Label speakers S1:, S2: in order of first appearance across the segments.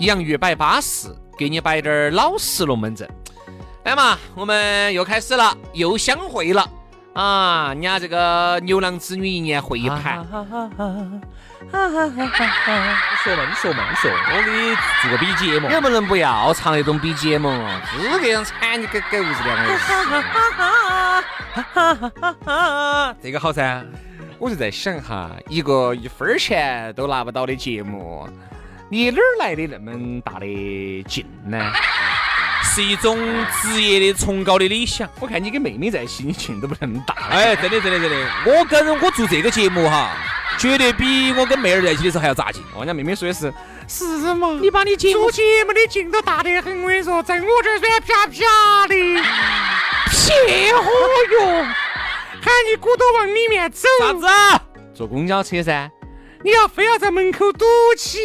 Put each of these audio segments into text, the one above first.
S1: 洋芋摆巴适，给你摆点儿老实龙门阵。来嘛，我们又开始了，又相会了啊！人家这个牛郎织女一年会一盘，
S2: 说嘛，你说嘛，你说，我给你做个 BGM
S1: 能不能不要唱那种 BGM 哦？资格上惨，你跟狗日的！
S2: 这个好噻。
S1: 我就在想哈，一个一分儿钱都拿不到的节目，你哪儿来的那么大的劲呢？
S2: 是一种职业的崇高的理想。
S1: 我看你跟妹妹在一起，你劲都不那么大。
S2: 哎，真的真的真的，我跟我做这个节目哈，绝对比我跟妹儿在一起的时候还要扎劲。
S1: 哦我人家妹妹说的是是嘛？你把你节目节目的劲都大得很，我跟你说，在我这儿软啪啪的， 撇火哟， 喊你鼓捣往里面走，
S2: 啥子？
S1: 坐公交车噻，你要非要在门口堵起，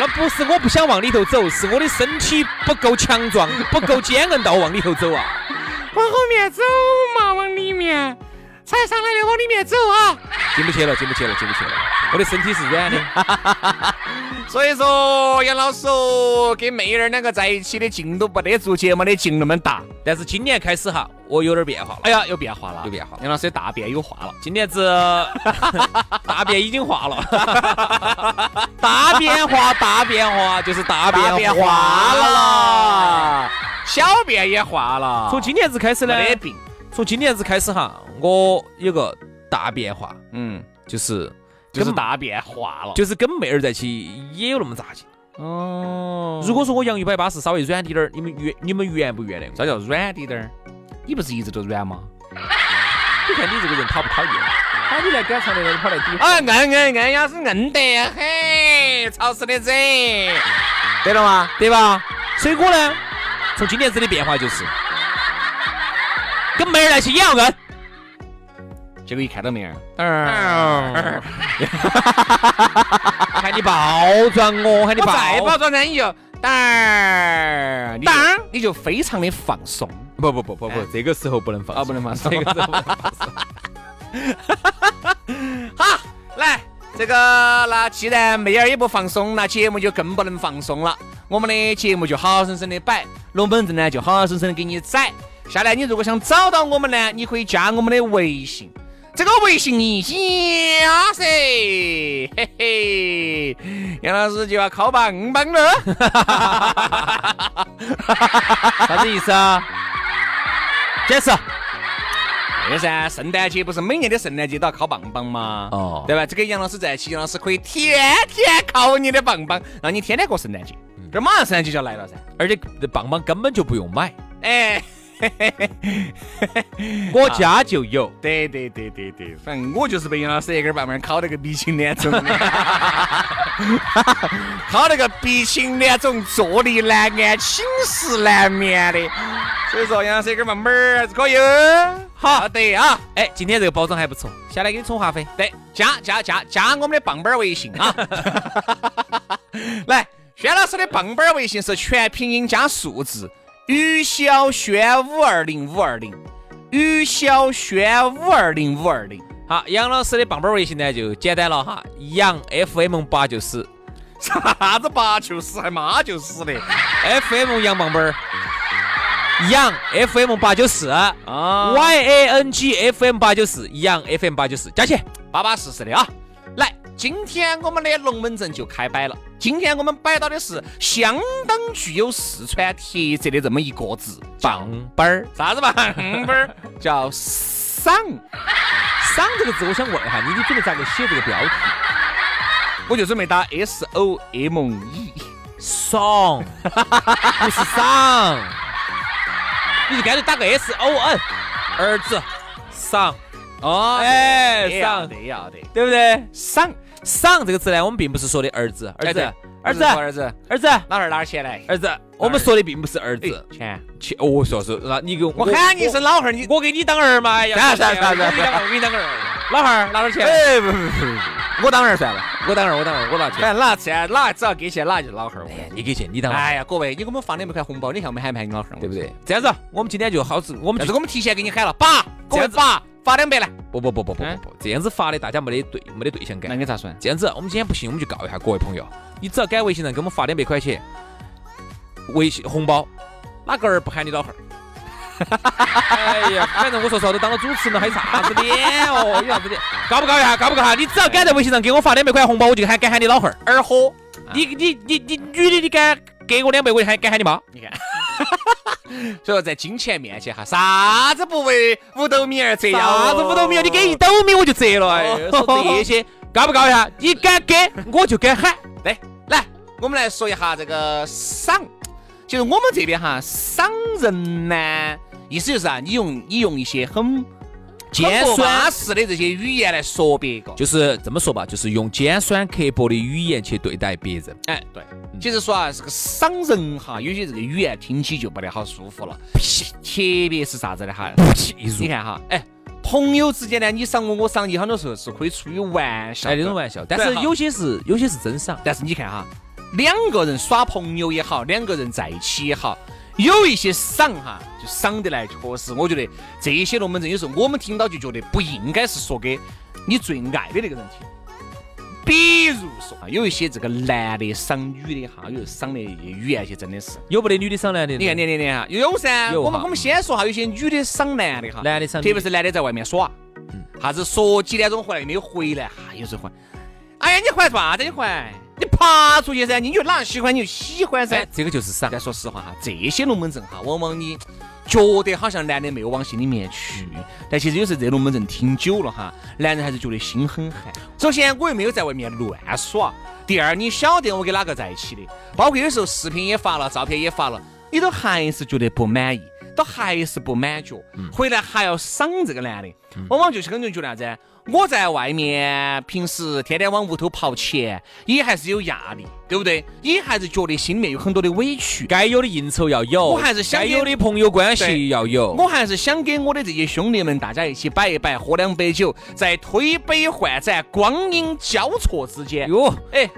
S2: 那不是我不想往里头走，是我的身体不够强壮，不够坚韧到往里头走啊。
S1: 往后面走嘛，往里面，踩上来的往里面走啊。
S2: 进 不去了，进不去了，进不去了。我的身体是 软的。
S1: 所以说，杨老师哦，跟妹儿两个在一起的劲都不得做节目的劲那么大。
S2: 但是今年开始哈，我有点变化了。
S1: 哎呀，有变化了，
S2: 有变化了
S1: 杨老师大变有化了。
S2: 今年 子大便已经化了，大变化，大变化就是大
S1: 大
S2: 变
S1: 变
S2: 化
S1: 化
S2: 了。
S1: 了，小便也化了，
S2: 从今年子开始呢，
S1: 没得病。
S2: 从今年子开始哈，我有个大变化，
S1: 嗯，
S2: 就是
S1: 就是
S2: 跟
S1: 大便化了。
S2: 就是跟妹儿在一起也有那么扎劲。
S1: 哦
S2: 如果说我洋芋摆巴适，稍微软滴点儿，你们原你们原不原谅我？
S1: 啥叫软滴点儿？你不是一直都软吗？
S2: 你看你这个人讨不讨厌？
S1: 那你来干啥来跑来抵？啊，硬硬硬呀，是硬得很，潮湿的整。对了吗？
S2: 对吧？所以我呢，从今年子的变化就是跟妹儿在一起也要硬。
S1: 结果一看到没有？
S2: 喊你包装我，喊你
S1: 我
S2: 包
S1: 再包装呢，你就当儿当儿，你就非常的放松。
S2: 不不不不不，这个时候不能放
S1: 哎啊，不能放松
S2: 这。个时候不能放松。
S1: 好，来，这个那既然妹儿也不放松，那节目就更不能放松了。我们的节目就好好生生的摆，龙门阵呢就好好生生的给你宰。下来，你如果想找到我们呢，你可以加我们的微信。这个微信一加噻，嘿嘿，杨老师就要敲棒棒了。
S2: 啥子意思啊？解释。
S1: 对噻，啊圣诞节不是每年的圣诞节都要烤棒棒吗？
S2: 哦
S1: 对吧？这跟杨老师在一起，杨老师可以天天烤你的棒棒，让你天天过圣诞节。
S2: 嗯
S1: 这马上圣诞节就要来了噻，
S2: 而且这棒棒根本就不用买，
S1: 哎，
S2: 我家就有。
S1: 对对对对对，反正我就是被杨老师一根棒棒烤了个鼻青脸肿的， 烤了个鼻青脸肿，坐立难安，寝食难眠的。所以说，杨老师一根棒棒儿还是可以哦。好的啊。
S2: 哎，今天这个包装还不错，下来给你充话费。
S1: 对，加加加加我们的棒棒儿微信 啊！来，轩老师的棒棒儿微信是全拼音加数字，于小轩五二零五二零，于小轩五二零五二零。
S2: 好，杨老师的棒棒微信呢就简单了哈，杨 FM 八九四
S1: 啥子八九十还妈九十的
S2: FM 杨棒棒儿，杨 FM 八九四
S1: 啊？
S2: Y A N G F M 八九四，杨 FM 八九四，加起。
S1: 巴巴适适的啊！来，今天我们的龙门阵就开摆了。今天我们摆到的是相当具有四川特色的这么一个字，棒
S2: 棒儿，
S1: 啥子棒棒儿？叫赏。
S2: 赏这个字，我想问一下，你你准备咋个写这个标题？
S1: 我就准备打 S O M E。
S2: 爽， 不是赏，你就干脆打个 S O N，儿子，赏，
S1: 哦
S2: 哎
S1: 哎，
S2: 赏
S1: 要的要的，
S2: 对不对？
S1: 赏
S2: 赏这个词呢，我们并不是说的儿子，儿
S1: 哎对
S2: 子，儿
S1: 不
S2: 子
S1: 是，说儿子，
S2: 儿子，
S1: 老二哪儿钱来？
S2: 儿子，我们说的并不是儿子。
S1: 钱，
S2: 切哦，说是，那你给我，
S1: 我喊你一声老汉儿，你
S2: 我，我给你当儿嘛？哎呀，
S1: 算算算算
S2: 我给你当儿
S1: 算，我给你当个儿，
S2: 老汉儿拿点钱，
S1: 哎不不不，我当儿算了，
S2: 我当儿，我当儿，我拿钱。
S1: 反正哪钱哪只要给钱哪就是老汉儿。
S2: 哎你给钱，你当儿，
S1: 哎呀，各位，你给我们放两百块红包，你看我们喊不喊你老汉儿？
S2: 对不对？这样子，啊我们今天就好自，我们
S1: 但
S2: 就是
S1: 我们提前给你喊了，爸，各
S2: 这
S1: 位
S2: 样子
S1: 爸，发两百来，
S2: 不不不不不
S1: 嗯
S2: 不不，这样子发的大家没得对没得对象感。
S1: 你咋算？
S2: 这样子，我们今天不行，我们就告一下各位朋友，你只要改微信上给我们发两百块钱，微信红包，哪个儿不喊你老汉儿？哎呀，反正我说实话，都当了主持人，还有啥子脸哦？有啥子脸？高不高呀？高不高哈？你只要敢在微信上给我发两百块红包，我就喊敢喊你老 汉儿。
S1: 二货，
S2: 你你你你女的，你敢给我两百，我就喊敢喊你妈。
S1: 你看。所 以说在金钱面前哈，啥子不为五斗米而折腰哦，
S2: 啥子五斗米啊？你给一斗米我就折了。哎，说这些高不高呀？你敢给我就敢喊。
S1: 来来，我们来说一下这个赏。就是我们这边哈，赏人呢，意思就是啊，你用你用一些很
S2: 尖
S1: 很不
S2: 酸
S1: 巴适的这些语言来说别个。
S2: 就是这么说吧，就是用尖酸刻薄的语言去对待别人。
S1: 哎，对，其实说啊，这个赏人哈，有些这个语言听起就不得好舒服了，特别是啥子的哈，
S2: 一
S1: 你看哈，哎，朋友之间呢，你赏我，我赏你，很多时候是可以出于玩笑
S2: 哎，
S1: 的，
S2: 那种玩笑，但
S1: 对
S2: 是
S1: 哈
S2: 有些是有些是真赏。
S1: 但是你看哈，两个人耍朋友也好，两个人在一起也好，有一些赏哈，就赏得来，确实，我觉得这些龙门阵有时候我们听到就觉得不应该是说给你最爱的那个人听。比如说啊，有一些这个男的赏女的哈，有时候赏的语言些真的是，
S2: 有没得女的赏男的？
S1: 你看，你看，你看哈，有噻。
S2: 有哈
S1: 我们我们先说哈，有些女的赏男的哈，
S2: 男的赏女
S1: 特
S2: 的
S1: 别是男的在嗯外面耍，啥子说几点钟回来没有回来，哈，有时候回来，哎呀，你回来做啥子？你回来，你爬出去噻，你就哪样喜欢你就喜欢噻
S2: 哎，。这个就是赏
S1: 但。说实话哈，这些龙门阵哈，往往你觉得好像男的没有往心里面去，但其实有时候这龙门阵听久了哈，男人还是觉得心很寒。首先，我又没有在外面乱耍；第二，你晓得我跟哪个在一起的，包括有时候视频也发了，照片也发了，你都还是觉得不满意，都还是不满足，回来还要赏这个男的，往往就是跟人觉得啥子？啊我在外面平时天天往屋头刨钱，也还是有压力，对不对？也还是觉得心里面有很多的委屈。
S2: 该有的应酬要有，
S1: 我还是想
S2: 该
S1: 给
S2: 有的朋友关
S1: 对
S2: 系要有。
S1: 我还是想给我的这些兄弟们，大家一起摆一摆，喝两杯酒，在推杯换盏、光阴交错之间，
S2: 哟，
S1: 哎，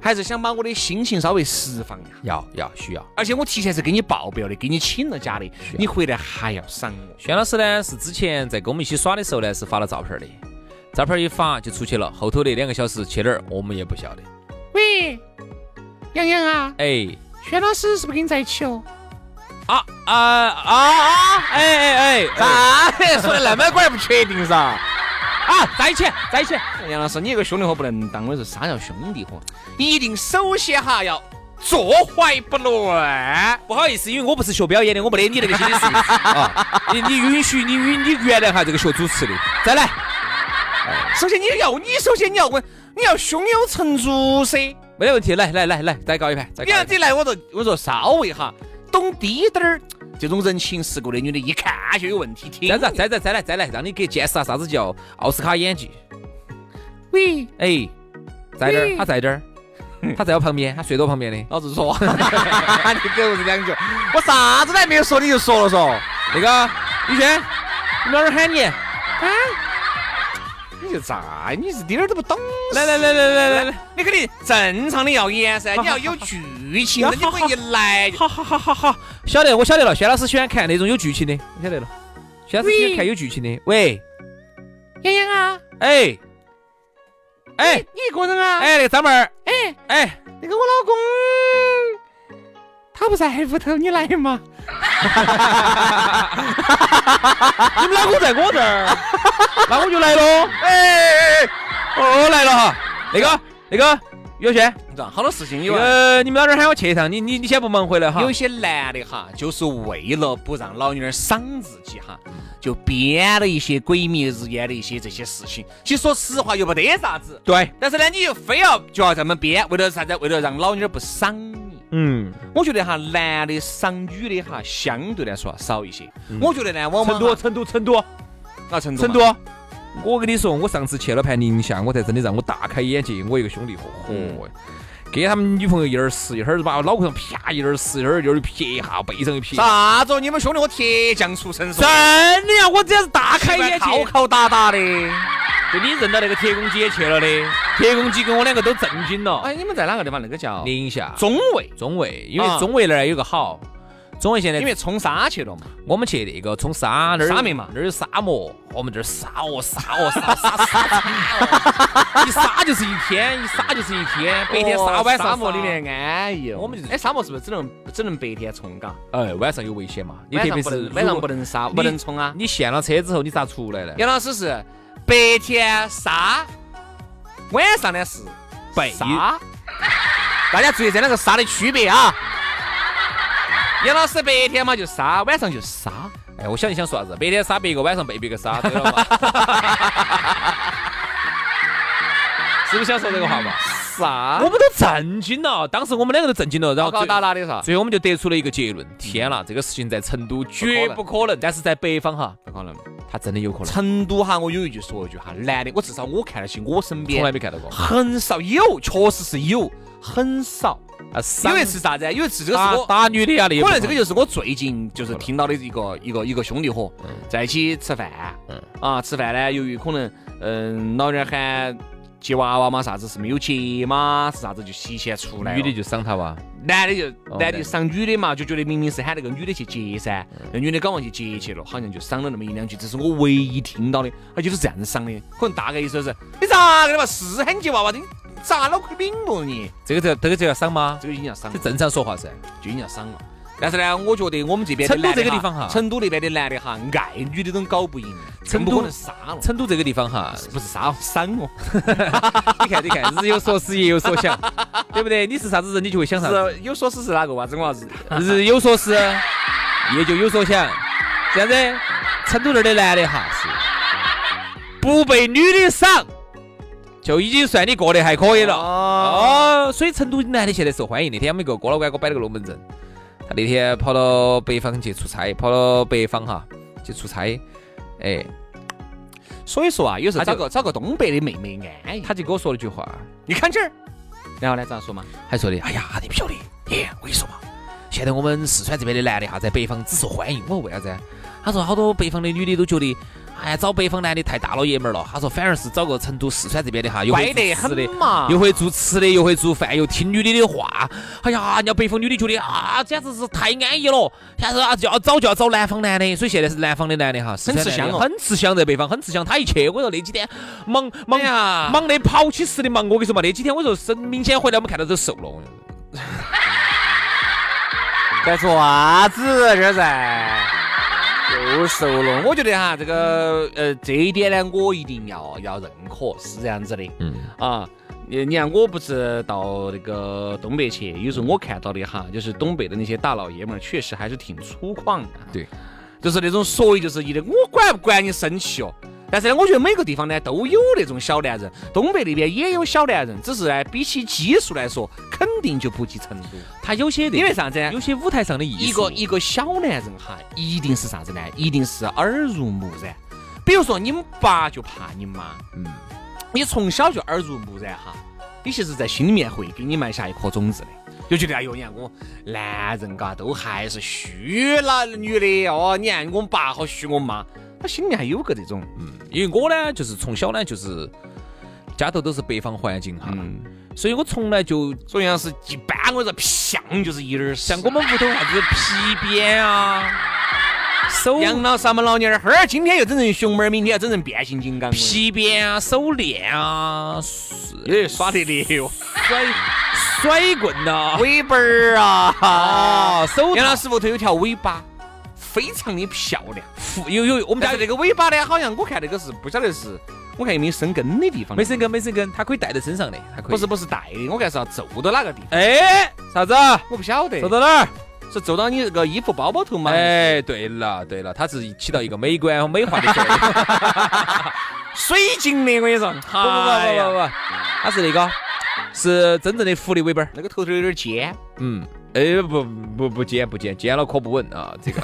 S1: 还是想把我的心情稍微释放一下。
S2: 要要需要。
S1: 而且我提前是给你报表的，给你请了假的，
S3: 啊
S1: 你回来还要赏我。
S2: 轩老师呢是之前在跟我们一起耍的时候呢是发了照片的，照片一发就出去了，后头的两个小时去哪儿我们也不晓得。
S3: 喂，洋洋啊，
S2: 哎
S3: 轩老师是不是跟你在一起哦？
S2: 啊啊啊啊！哎哎哎哎！
S1: 哎，说的那么怪不确定 噻。
S2: 啊，在一起在一起。
S1: 杨老师，你这个兄弟伙不能当，我是啥叫兄弟伙？一定首先哈要坐怀不乱。
S2: 不好意思，因为我不是学表演的，我没得你那个心理素质 啊。你你允许你允你原谅下这个学主持的，再来。
S1: 首先你要，你首先你要问，你要胸有成竹噻。
S2: 没得问题，来来来来，再搞一盘，再
S1: 你
S2: 搞
S1: 看
S2: 一盘。
S1: 这来，我说我说稍微哈，懂滴点儿这种人情世故的女的，一看就有问题。
S2: 这
S1: 听
S2: 样子啊，再再再来再来，让你给见识下啥子叫奥斯卡演技。
S3: 喂，
S2: 哎，在这儿，
S3: 喂
S2: 他在这儿，他在我旁边，他睡到我旁边的。
S1: 老子说， 你给我这两句，我啥子都还没有说，你就说了说。
S2: 那个宇轩，你老儿喊你，
S1: 你就咋？你是滴点儿都不懂。
S2: 来来来来来来来，
S1: 你肯定正常的要演噻，你要有剧情 的，你不一来就
S2: 好好好好好，晓得我晓得了，轩老师喜欢看那种有剧情的，我晓得了。轩老师喜欢看有剧情的。喂，
S3: 洋洋啊，
S2: 哎，哎
S3: 你你一个人啊？
S2: 哎，那个张妹儿，
S3: 哎，
S2: 哎。
S3: 那个我老公，他不在屋头，你来嘛？
S2: 你们老公在我这儿，那我就来喽。哎，哦，来了哈，那个那个宇小轩，
S1: 你知道，好多事情
S2: 那
S1: 有啊。
S2: 个你们老娘喊我去一趟，你你你先不忙回来哈。
S1: 有些男的哈，就是为了不让老女儿伤自己哈，就编了一些鬼迷日眼的一些这些事情。其实说实话又没得啥子，
S2: 对，
S1: 但是呢，你又非要就要这么编，为了啥子？为了让老女儿不伤你。
S2: 嗯，
S1: 我觉得哈，男的伤女的哈，相对来说啊少一些。我觉得呢，往往
S2: 成
S1: 哈
S2: 都成都成都
S1: 啊，成都
S2: 成
S1: 嘛
S2: 都，我跟你说，我上次去了盘宁夏，我才真的让我大开眼界。我一个兄弟，嚯嚯，给他们女朋友一耳屎，一会儿把我脑壳上啪一耳屎，一会儿又撇一下，背上一撇。
S1: 啥子哦？你们兄弟我铁匠出身，
S2: 真的呀，我这是大开眼界，
S1: 敲敲打打的。
S2: 就你认到那个铁公鸡去了的，铁公鸡跟我两个都震惊了。
S1: 哎，你们在哪个地方？那个叫
S2: 宁夏
S1: 中卫，
S2: 中卫，因
S1: 啊
S2: 为中卫那儿有个好，中卫现在
S1: 因为冲沙去了嘛。
S2: 我们去那个冲沙那儿有
S1: 沙面嘛
S2: 那儿有沙漠，我们这儿沙哦沙哦沙沙沙沙，一沙就是一天，一沙就是一天，白天沙晚上
S1: 沙漠里，面安逸哦。
S2: 我们就是
S1: 哎，沙漠是不是只能只能白天冲？嘎，
S2: 哎，晚上有危险嘛，你
S1: 晚
S2: 特
S1: 上
S2: 别
S1: 不
S2: 是
S1: 能晚上不
S2: 能，
S1: 能沙，
S2: 你
S1: 不能冲啊。
S2: 你陷了车之后你咋出来呢？
S1: 杨老师是白天沙，晚上呢是
S2: 背
S1: 沙。 大家注意这两个沙的区别 啊。杨老师白天嘛就沙，晚上就沙。
S2: 哎，我想你想说啥子？白天杀别个，晚上被别个杀，对了嘛？是不是想说这个话嘛？
S1: 沙
S2: 我们都震惊了，当时我们两个都震惊了，然
S1: 高
S2: 后
S1: 高
S2: 最
S1: 大大的啥？
S2: 最后我们就得出了一个结论：天啦，这个事情在成都绝不可能，但是在北方哈，
S1: 不可能。
S2: 它真的有可能，
S1: 成都哈，我有一句说一句哈，男的我至少我看得起，我身边
S2: 从来没看到过。
S1: 很少有，确实是有，很少。
S2: 啊，
S1: 有一次啥子？有一次这个是
S2: 打
S1: 我，
S2: 打女的呀，那也
S1: 可
S2: 不
S1: 能嗯这个就是我最近就是听到的一个一个一个兄弟伙在一起吃饭，啊，吃饭呢，由于可能嗯老娘喊接娃娃嘛，啥子是没有接嘛，是啥子就提前出来了，
S2: 女的就赏他哇，
S1: 男的就
S2: 哦嗯
S1: 男的就赏女的嘛，就觉得明明是喊那个女的去接噻，那女的搞忘去接去了，好像就赏了那么一两句，这是我唯一听到的，他就是这样子赏的，可能大概意思就是你咋个的嘛，是喊接娃娃的，你咋脑壳拧了你？
S2: 这个这这个就要赏吗？
S1: 这个已经要赏
S2: 这
S1: 了，
S2: 正常说话噻。
S1: 就已经要赏了。但是呢，我觉得我们这边的
S2: 成都
S1: 男的
S2: 这个地方哈
S1: 成都那边的男的哈，爱女的都搞不赢，
S2: 成
S1: 更不
S2: 都
S1: 可能杀了，
S2: 成都这个地方哈，
S1: 不是杀哦，赏哦，
S2: 你看你看，日有所思夜有所 想，对不对？你是啊啥子人，你就会想啥子。
S1: 是啊有说是是哪个娃子娃子？
S2: 日有所思，啊夜就有所想。这样子，成都那儿的男的哈是不被女的赏，就已经算你过得还可以了。
S1: 哦，
S2: 哦，所以成都男的现在受欢迎。那天我们一个哥老倌给我摆了个龙门阵，他那天跑到北方去出差，跑到北方哈去出差，哎，
S1: 所以说啊，有时候
S2: 他
S1: 找
S2: 就
S1: 个找个东北的妹妹安逸，
S2: 他就跟我说了句话，
S1: 你看这儿，然后呢咋说嘛？
S2: 还说的，哎呀，你不晓得，哎耶，我跟你说嘛，现在我哎们四川这边的男的哈，在北方只受欢迎，我说为啥子啊？他说好多北方的女的都觉得，哎呀，找北方男的太大老爷们儿了。他说反而是找个成都四川这边的哈，又会
S1: 乖
S2: 做
S1: 得
S2: 吃
S1: 很啊
S2: 的。
S1: 嘛，
S2: 又会做吃的，又会做饭，又听女的的话。哎呀，人家北方女的觉得啊，简直是太安逸了。但是啊，就要找就要找南方男的，所以现在是南方的男的哈，四川
S1: 吃香
S2: 男的
S1: 哦
S2: 很吃香，在北方很吃香。他一去，我说那几天忙忙
S1: 哎呀
S2: 忙的跑起似的忙。我跟你说嘛，那几天我说是明显回来我们看到都瘦了。
S1: 在做啥子这在？又瘦了，我觉得哈，这个呃这一点呢，我一定要要认可，是这样子的。
S2: 嗯，
S1: 啊，你你看，我不是到那个东北去，有时候我看到的哈，就是东北的那些大老爷们儿，确实还是挺粗犷的。
S2: 对，
S1: 就是那种说一就是一的，我管不管你生气哦。但是呢，我觉得每个地方呢都有那种小男人，东北那边也有小男人，只是呢，比起基数来说，肯定就不及成都。
S2: 他有些
S1: 因为啥子呢
S2: 有？些舞台上的艺
S1: 一
S2: 术，
S1: 个一个小男人哈，一定是啥子呢？一定是耳濡目染。比如说，你们爸就怕你妈，
S2: 嗯，
S1: 你从小就耳濡目染哈，你其实在心里面会给你埋下一颗种子的。就觉得哎呦，你看我男人嘎都还是虚了女的哦，你看我们爸好虚，我妈，他心里还有个这种，
S2: 因为我呢，就是从小呢，就是家头都是北方环境哈，
S1: 嗯，
S2: 所以我从来就
S1: 所以要是一般我这像就是一点儿像
S2: 像我们屋头啥子皮鞭啊、手
S1: 养老三们老娘儿，哈儿今天又整成熊猫儿，明天又整成变形金刚，
S2: 皮鞭啊、手链啊、是
S1: 有点耍得哦的哟，
S2: 甩甩棍呐、
S1: 尾巴儿啊，
S2: 啊，手
S1: 杨老师屋头有条尾巴，非常的漂亮。
S2: 有有，我们家
S1: 但是这个尾巴呢，好像我看那个是不晓得是我看有没有生根的地方。
S2: 没，生根，没生根，它可以带在身上的，它可以。
S1: 不是，不是带的，我看是要皱到哪个地方，
S2: 哎，啥子？
S1: 我不晓得。
S2: 走到哪儿？
S1: 是皱到你这个衣服包包头吗？
S2: 哎，对了对了，它是起到一个美观和美化的作用。不
S1: 水晶的，我跟你说。不
S2: 不
S1: 不
S2: 不不不，它是那个，是真正的福利尾巴儿。
S1: 那个头头有点尖，
S2: 嗯，哎，不不不尖不尖，尖了可不稳啊，这个。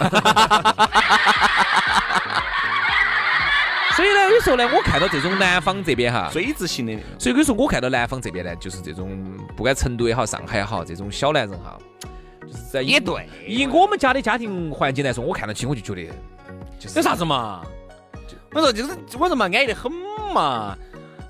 S2: 所以呢，有时候呢，我看到这种南方这边哈，
S1: 锥子型的那种。
S2: 所以有时候我看到南方这边呢，就是这种不管成都也好，上海也好，这种小男人哈，就是在以
S1: 也对，
S2: 以我们家的家庭环境来说，我看到起我就觉得，就是
S1: 有啥子嘛？我说就是，我说嘛，安逸得很嘛。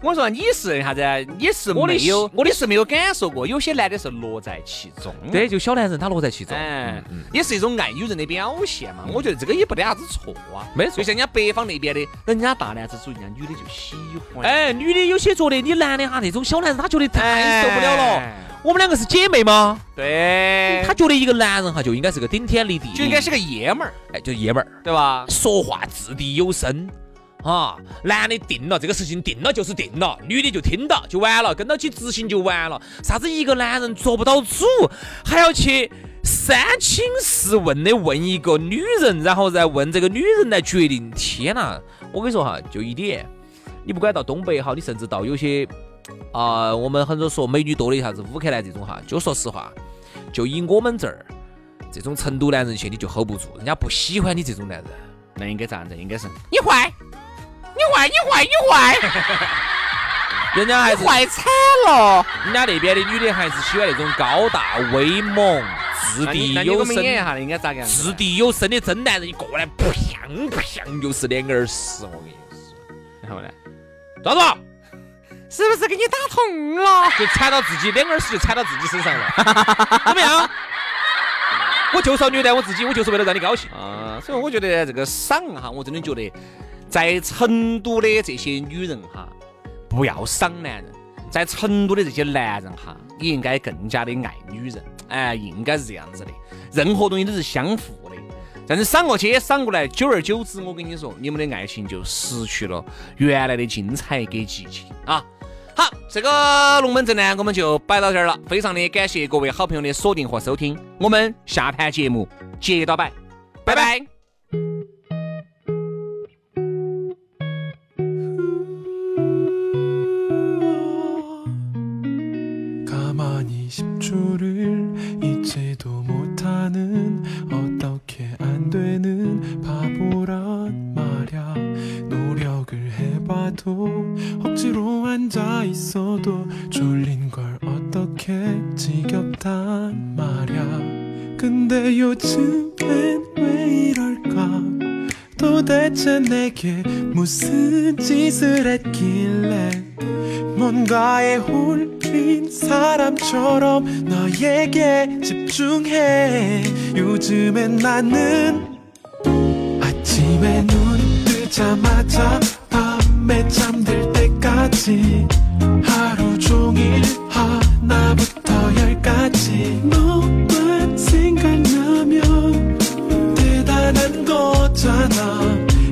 S1: 我说你是啥子？你是
S2: 我的
S1: 没有
S2: 是，
S1: 我的是没有感受过。有些男的是乐在其中，
S2: 对，就小男人他乐在其中。
S1: 哎
S2: 嗯，嗯，
S1: 也是一种爱女人的表现嘛。我觉得这个也不得啥子嗯错啊。
S2: 没错
S1: 就像人家北方那边的，人家大男子主义，人家女的就喜欢。
S2: 哎，女的有些觉得你男的哈，那种小男人他觉得太受不了了。
S1: 哎。
S2: 我们两个是姐妹吗？
S1: 对，
S2: 他觉得一个男人哈就应该是个顶天立地，
S1: 就应该是个爷们儿，
S2: 哎，就爷们儿，
S1: 对吧？
S2: 说话掷地有声。啊，男的定了这个事情，定了就是定了，女的就听到就完了，跟到去执行就完了。啥子一个男人做不到主，还要去三请四问的问一个女人，然后再问这个女人来决定。天呐，我跟你说哈，就一点，你不管到东北也好，你甚至到有些啊、我们很多说美女多的啥子乌克兰这种哈，就说实话，就以我们这儿这种成都男人去，你就 hold 不住，人家不喜欢你这种男人。
S1: 那应该咋子？应该是你坏，你坏，你坏，你坏，
S2: 人家还是
S1: 你坏惨了。
S2: 人家那边的女的还是喜欢那种高大威猛、掷
S1: 那
S2: 地
S1: 你那你给
S2: 有
S1: 我们
S2: 声、
S1: 演一下，应该咋个样子
S2: 掷？地有声的真男人，一过来，砰砰就是两个耳屎，我跟你说，
S1: 然后呢？
S2: 抓住
S3: 是不是给你打痛了？
S2: 就踩到自己两个耳屎，就踩到自己身上了，怎么样？我就是要虐待我自己，我就是为了让你高兴。
S1: 啊，所以我觉得这个赏哈，我真的觉得在成都的这些女人哈，不要赏男人；在成都的这些男人哈，你应该更加的爱女人。哎，应该是这样子的，任何东西都是相互的。但是赏过去也赏过来，久而久之，我跟你说，你们的爱情就失去了原来的精彩跟激情啊！好，这个龙门阵呢，我们就摆到这儿了。非常的感谢各位好朋友的锁定和收听，我们下盘节目接到摆，拜拜
S4: 가만히 10초를 잊지도 못하는 어떻게 안 되는 바보란 말야 노력을 해봐도 억지로 앉아 있어도 졸린 걸 어떻게 지겹단 말야 근데 요즘엔 왜 이럴까 도대체 내게 무슨 짓을 했길래 뭔가에 홀린 사람처럼 너에게 집중해 요즘엔 나는 아침에 눈 뜨자마자 밤에 잠들 때까지 하루 종일 하나부터 열까지 너만 생각나면 대단한 거잖아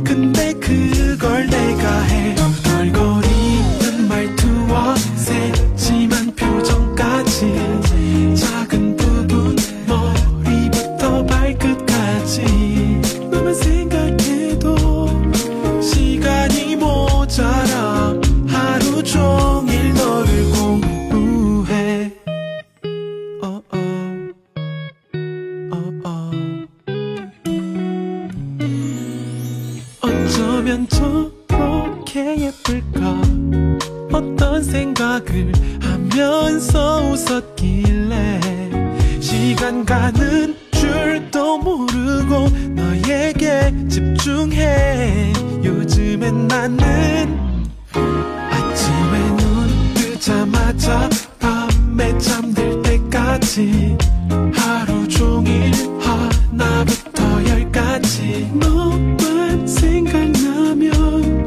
S4: 근데 그걸 내가 해 덜거리는 말투와 새침한 표정까지 작은 부분 머리부터 발끝까지 너만 생각해도 시간이 모자라 하루 종일 너를 공부해 어어 어어 어쩌면 저렇게 예쁠까 어떤 생각을 하면서 웃었길래 시간 가는 줄도 모르고 너에게 집중해 요즘엔 나는 아침에 눈 뜨자마자 밤에 잠들 때까지 하루 종일 하나부터 열까지 너만 생각나면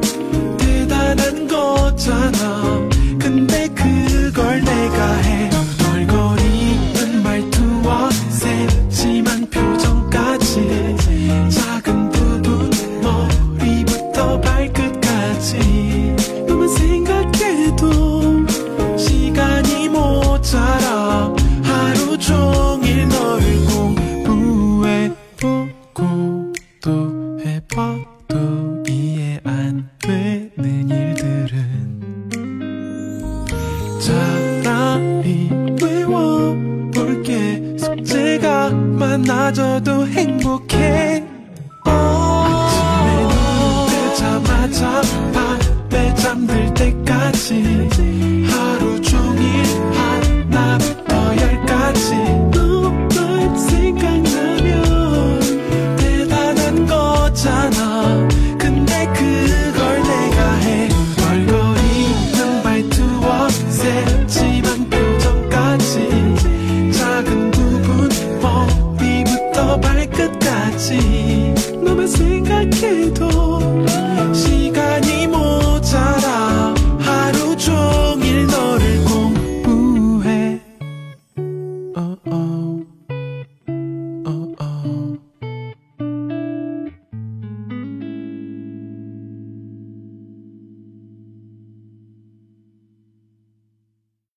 S4: 대단한 거잖아 근데 그걸 내가 해 널거리는 말투와 새침한 표정까지 작은 부분 머리부터 발끝까지 넌 차라리 외워볼게 숙제가 많아져도 행복해 아침에 눈 뜨자마자 밤에 잠들 때까지